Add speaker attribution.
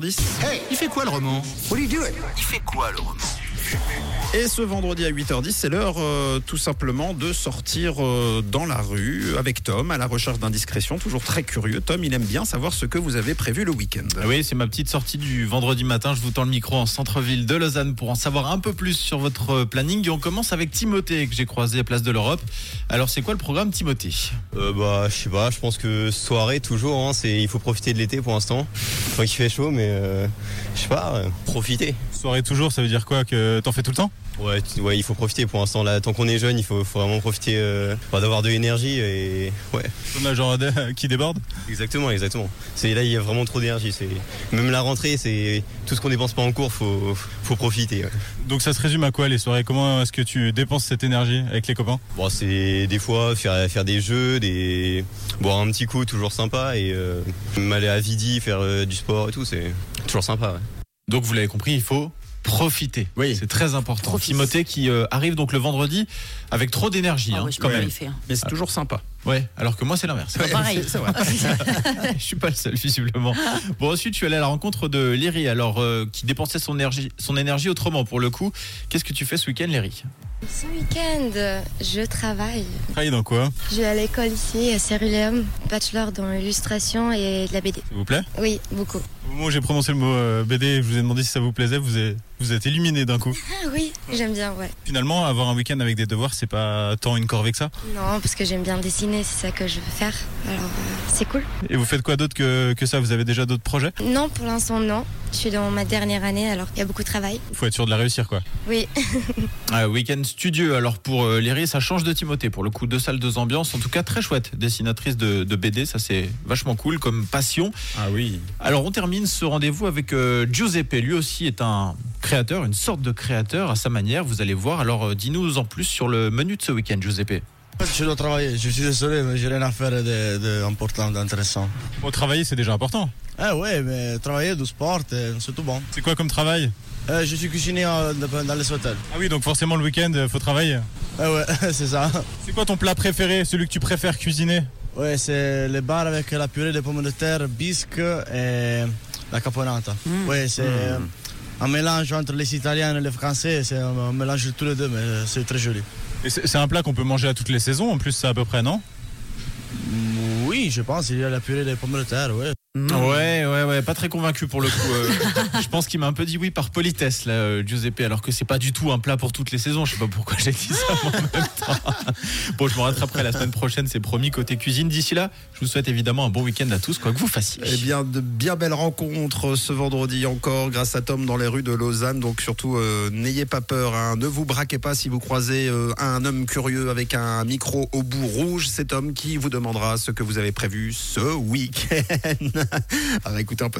Speaker 1: 10. Il fait quoi le roman Et ce vendredi à 8h10, c'est l'heure euh, tout simplement de sortir euh, dans la rue avec Tom à la recherche d'indiscrétion. Toujours très curieux. Tom, il aime bien savoir ce que vous avez prévu le week-end.
Speaker 2: Ah Oui, c'est ma petite sortie du vendredi matin. Je vous tends le micro en centre-ville de Lausanne pour en savoir un peu plus sur votre euh, planning. Et on commence avec Timothée que j'ai croisé à Place de l'Europe. Alors, c'est quoi le programme Timothée
Speaker 3: Euh, bah, je sais pas, je pense que soirée toujours, hein, c'est, il faut profiter de l'été pour l'instant. Enfin, il fait chaud, mais euh, je sais pas, euh, profiter.
Speaker 4: Soirée toujours, ça veut dire quoi Que Euh, t'en fais tout le temps
Speaker 3: Ouais, tu- ouais, il faut profiter pour l'instant. Là, tant qu'on est jeune, il faut, faut vraiment profiter euh, enfin, d'avoir de l'énergie et. Ouais,
Speaker 4: Comme la genre
Speaker 2: euh,
Speaker 4: de- qui déborde
Speaker 3: exactement, exactement. C'est, là, il y a vraiment trop d'énergie. C'est, même la rentrée, c'est tout ce qu'on dépense pas en cours, faut, faut profiter. ouais.
Speaker 4: Donc ça se résume à quoi les soirées Comment est-ce que tu dépenses cette énergie avec les copains
Speaker 3: Bon, c'est des fois faire, faire des jeux, des, boire un petit coup, toujours sympa, et euh, m'aller à Vidi, faire euh, du sport et tout, c'est toujours sympa. ouais.
Speaker 2: Donc, vous l'avez compris, il faut profiter.
Speaker 1: Oui.
Speaker 2: C'est très important.
Speaker 5: Profite.
Speaker 2: Timothée qui euh, arrive donc le vendrifie avec trop d'énergie.
Speaker 5: Ah
Speaker 2: hein,
Speaker 5: ouais, je
Speaker 2: quand
Speaker 5: peux
Speaker 2: même.
Speaker 5: y faire.
Speaker 1: Mais
Speaker 4: Ah.
Speaker 1: c'est toujours sympa.
Speaker 2: Ouais, alors que moi, c'est l'inverse.
Speaker 5: Pas pareil.
Speaker 2: je suis pas le seul, visiblement. Bon, ensuite, je suis allé à la rencontre de Léry, alors euh, qui dépensait son énergie, son énergie autrement pour le coup. Qu'est-ce que tu fais ce week-end, Léry
Speaker 6: Ce week-end, je travaille.
Speaker 4: Travailler dans quoi
Speaker 6: Je vais à l'école ici à Ceruleum, bachelor dans l'illustration et de la BD.
Speaker 4: S'il vous plaît
Speaker 6: Oui, beaucoup.
Speaker 4: Au moment où j'ai prononcé le mot euh, BD et que je vous ai demandé si ça vous plaisait, vous êtes, vous êtes éliminé d'un coup.
Speaker 6: Ah oui, j'aime bien, ouais.
Speaker 4: Finalement, avoir un week-end avec des devoirs, c'est pas tant une corvée que ça.
Speaker 6: Non, parce que j'aime bien dessiner, c'est ça que je veux faire. Alors, euh, c'est cool.
Speaker 4: Et vous faites quoi d'autre que, que ça Vous avez déjà d'autres projets
Speaker 6: Non, pour l'instant, non. Je suis dans ma dernière année, alors qu'il y a beaucoup de travail.
Speaker 4: Faut être sûr de la réussir quoi.
Speaker 6: Oui,
Speaker 2: Ah, week-end studieux, alors pour euh, Léry, ça change de Timothée. Pour le coup, deux salles, deux ambiances. En tout cas, très chouette. Dessinatrice de, de BD, ça c'est vachement cool comme passion.
Speaker 1: Ah oui.
Speaker 2: Alors, on termine ce rendez-vous avec euh, Giuseppe. Lui aussi est un créateur, une sorte de créateur à sa manière. Vous allez voir. Alors, euh, dis-nous en plus sur le menu de ce week-end, Giuseppe.
Speaker 7: Je dois travailler, je suis désolé, mais j'ai rien à faire e de- d'important, d'intéressant.
Speaker 4: Bon, travailler, c'est déjà important.
Speaker 7: Ah ouais, mais travailler du sport, euh, c'est tout bon.
Speaker 4: C'est quoi comme travail
Speaker 7: Euh, je suis cuisinier euh, de- dans les hôtels.
Speaker 4: Ah oui, donc forcément le week-end, euh, faut travailler.
Speaker 7: Ah ouais, c'est ça.
Speaker 4: C'est quoi ton plat préféré, celui que tu préfères cuisiner
Speaker 7: Ouais, c'est les bars avec la purée de pommes de terre, bisque et la caponata. Ouais, c'est euh, un mélange entre les Italiens et les Français, c'est un un mélange de tous les deux, mais euh, c'est très joli.
Speaker 4: Et C'est c'est un plat qu'on peut manger à toutes les saisons, en plus, c'est à peu près, non
Speaker 7: Mm, Oui, je pense, il y a la purée de pommes de terre, ouais.
Speaker 2: Ouais, ouais, ouais, pas très convaincu pour le coup. Euh, je pense qu'il m'a un peu dit oui par politesse, là, euh, Giuseppe, alors que c'est pas du tout un plat pour toutes les saisons. Je sais pas pourquoi j'ai dit ça mais en même temps. Bon, je me rattraperai la semaine prochaine, c'est promis, côté cuisine. D'ici là, je vous souhaite évidemment un bon week-end à tous, quoi que vous fassiez.
Speaker 1: Eh bien, de bien belles rencontres ce vendredi encore, grâce à Tom dans les rues de Lausanne. Donc surtout, euh, n'ayez pas peur. hein. Ne vous braquez pas si vous croisez euh, un homme curieux avec un micro au bout rouge. C'est Tom qui vous demandera ce que vous avez prévu ce week-end. à réécouter un podcast.